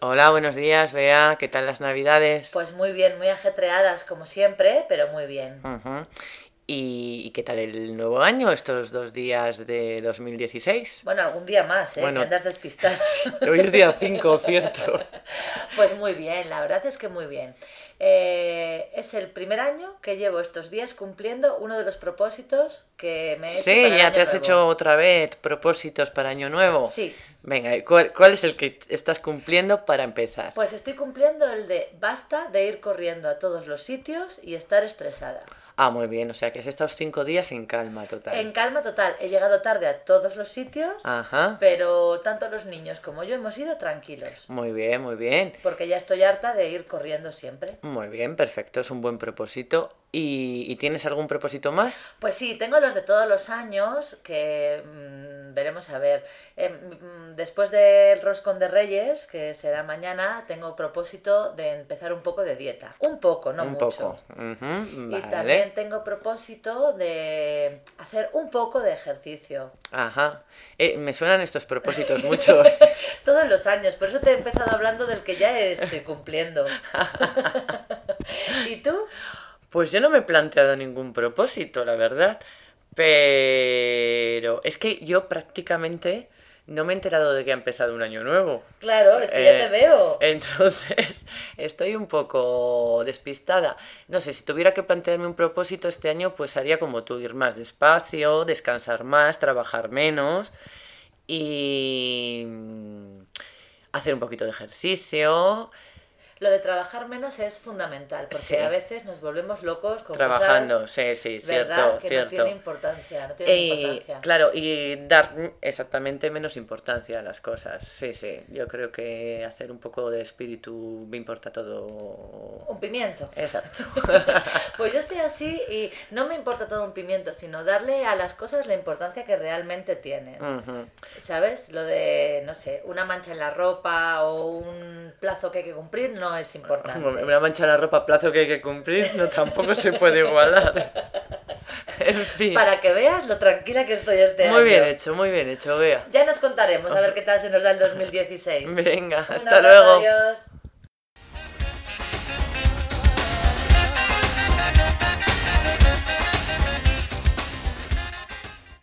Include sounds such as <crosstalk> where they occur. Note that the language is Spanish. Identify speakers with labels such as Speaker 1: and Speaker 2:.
Speaker 1: Hola, buenos días, Bea. ¿Qué tal las Navidades?
Speaker 2: Pues muy bien, muy ajetreadas como siempre, pero muy bien.
Speaker 1: Ujú. ¿Y, y qué tal el nuevo año, estos dos días de 2016?
Speaker 2: Bueno, algún día más, ¿eh?
Speaker 1: Bueno.
Speaker 2: Que andas despistada.
Speaker 1: Hoy es día 5, <laughs> ¿cierto?
Speaker 2: <laughs> pues muy bien, la verdad es que muy bien. Eh, es el primer año que llevo estos días cumpliendo uno de los propósitos que me he hecho.
Speaker 1: Sí,
Speaker 2: para el
Speaker 1: ya
Speaker 2: año
Speaker 1: te has
Speaker 2: nuevo.
Speaker 1: hecho otra vez propósitos para Año Nuevo.
Speaker 2: Sí,
Speaker 1: Venga, ¿y ¿cuál, cuál es el que estás cumpliendo para empezar?
Speaker 2: pues estoy cumpliendo el de basta de ir corriendo a todos los sitios y estar estresada.
Speaker 1: Ah, muy bien, o sea que has estado cinco días en calma total.
Speaker 2: En calma total, he llegado tarde a todos los sitios,
Speaker 1: Ajá.
Speaker 2: pero tanto los niños como yo hemos ido tranquilos.
Speaker 1: Muy bien, muy bien.
Speaker 2: Porque ya estoy harta de ir corriendo siempre.
Speaker 1: Muy bien, perfecto, es un buen propósito. ¿Y, y tienes algún propósito más?
Speaker 2: Pues sí, tengo los de todos los años que mm, veremos a ver. Eh, mm, después del roscón de Reyes, que será mañana, tengo propósito de empezar un poco de dieta. Un poco, no
Speaker 1: un
Speaker 2: mucho.
Speaker 1: poco. Ujú,
Speaker 2: Y
Speaker 1: vale.
Speaker 2: también tengo propósito de hacer un poco de ejercicio.
Speaker 1: Ajá. Eh, me suenan estos propósitos mucho. <laughs>
Speaker 2: Todos los años, por eso te he empezado hablando del que ya estoy
Speaker 1: <laughs>
Speaker 2: cumpliendo. <laughs> ¿Y tú?
Speaker 1: Pues yo no me he planteado ningún propósito, la verdad. Pero es que yo prácticamente no me he enterado de que ha empezado un año nuevo. <laughs>
Speaker 2: Claro, es que ya
Speaker 1: Eh,
Speaker 2: te veo.
Speaker 1: Entonces, estoy un poco despistada. No sé, si tuviera que plantearme un propósito este año, pues haría como tú, ir más despacio, descansar más, trabajar menos y mm, hacer un poquito de ejercicio,
Speaker 2: Lo de trabajar menos es fundamental, porque
Speaker 1: Sí.
Speaker 2: a veces nos volvemos locos con
Speaker 1: trabajando,
Speaker 2: cosas
Speaker 1: sí, sí,
Speaker 2: ¿verdad?
Speaker 1: cierto,
Speaker 2: que no
Speaker 1: cierto.
Speaker 2: tiene importancia, no tiene
Speaker 1: Y,
Speaker 2: importancia.
Speaker 1: claro, y dar exactamente menos importancia a las cosas. Sí, sí, yo creo que hacer un poco de espíritu me importa todo.
Speaker 2: Un pimiento.
Speaker 1: Exacto.
Speaker 2: <laughs> Pues yo estoy así y no me importa todo un pimiento, sino darle a las cosas la importancia que realmente tienen.
Speaker 1: Ujú.
Speaker 2: ¿Sabes? Lo de, no sé, una mancha en la ropa o un plazo que hay que cumplir no
Speaker 1: <laughs>
Speaker 2: es importante.
Speaker 1: Una mancha en la ropa plazo que hay que cumplir, no tampoco se puede
Speaker 2: <laughs>
Speaker 1: igualar. En fin.
Speaker 2: Para que veas lo tranquila que estoy este año.
Speaker 1: Muy bien hecho, muy bien hecho, vea. <laughs>
Speaker 2: Ya nos contaremos a ver qué tal se nos da el 2016.
Speaker 1: Venga,
Speaker 2: Un
Speaker 1: hasta
Speaker 2: abrazo,
Speaker 1: luego.
Speaker 2: Adiós.